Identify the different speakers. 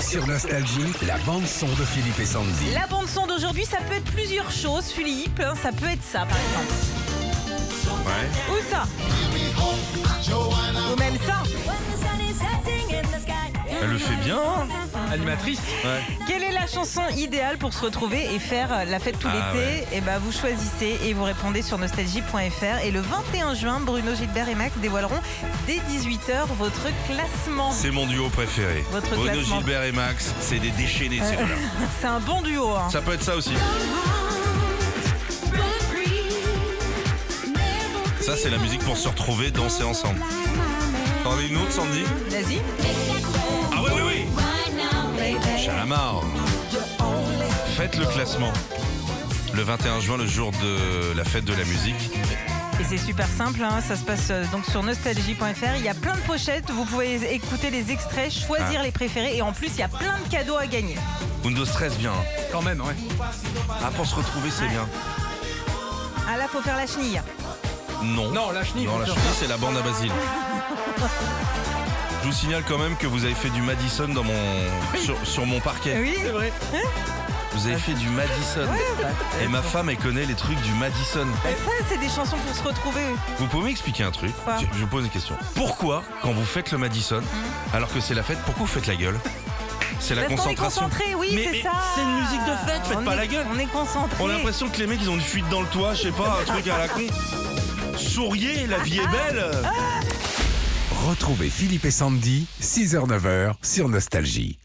Speaker 1: Sur Nostalgie, la bande-son de Philippe et Sandy.
Speaker 2: La bande son d'aujourd'hui, ça peut être plusieurs choses, Philippe. hein, Ça peut être ça, par exemple.
Speaker 3: Ouais.
Speaker 2: Ou ça. Ou même ça.
Speaker 3: Elle le fait bien. hein
Speaker 4: Animatrice
Speaker 3: Ouais.
Speaker 2: Quelle est la chanson idéale pour se retrouver et faire euh, la fête tout
Speaker 3: Ah
Speaker 2: l'été Et ben, vous choisissez et vous répondez sur nostalgie.fr. Et le 21 juin, Bruno Gilbert et Max dévoileront dès 18h votre classement.
Speaker 3: C'est mon duo préféré.
Speaker 2: Votre
Speaker 3: Bruno
Speaker 2: classement.
Speaker 3: Gilbert et Max, c'est des déchaînés ces deux-là.
Speaker 2: C'est un bon duo. hein.
Speaker 3: Ça peut être ça aussi. Ça c'est la musique pour se retrouver, danser ensemble. T'en as une autre Sandy
Speaker 2: Vas-y.
Speaker 3: Ah oui oui oui Chalamar Faites le classement. Le 21 juin, le jour de la fête de la musique.
Speaker 2: Et c'est super simple, hein, ça se passe euh, donc sur nostalgie.fr. Il y a plein de pochettes, vous pouvez écouter les extraits,
Speaker 3: Ah.
Speaker 2: choisir les préférés et en plus il y a plein de cadeaux à gagner.
Speaker 3: Undo stress bien. hein.
Speaker 4: Quand même, ouais.
Speaker 3: Ah pour se retrouver c'est bien.
Speaker 2: Ah là, faut faire la chenille.
Speaker 3: Non.
Speaker 4: Non, la chenille,
Speaker 3: Non,
Speaker 4: faut
Speaker 3: la
Speaker 4: faire
Speaker 3: chenille, c'est la bande à Basile. Je vous signale quand même que vous avez fait du Madison dans mon sur, sur mon parquet.
Speaker 2: Oui,
Speaker 4: C'est vrai.
Speaker 3: Vous avez fait du Madison. Et ma femme, elle connaît les trucs du Madison.
Speaker 2: bah ça c'est des chansons pour se retrouver.
Speaker 3: Vous pouvez m'expliquer un truc
Speaker 2: Quoi Hum.
Speaker 3: Je- Je vous pose une question. Pourquoi, quand vous faites le Madison, alors que c'est la fête, pourquoi vous faites la gueule C'est la
Speaker 2: Parce qu'on est
Speaker 3: concentration.
Speaker 2: concentré, oui,
Speaker 3: Mais-
Speaker 2: c'est
Speaker 3: mais
Speaker 2: ça.
Speaker 3: c'est une musique de fête, faites
Speaker 2: On
Speaker 3: pas
Speaker 2: est-
Speaker 3: la gueule.
Speaker 2: On est concentré.
Speaker 3: On a l'impression que les mecs, ils ont une fuite dans le toit, je sais pas, un truc à la con. Souriez, la vie est belle.
Speaker 1: Retrouvez Philippe et Sandy, 6h-9h sur Nostalgie.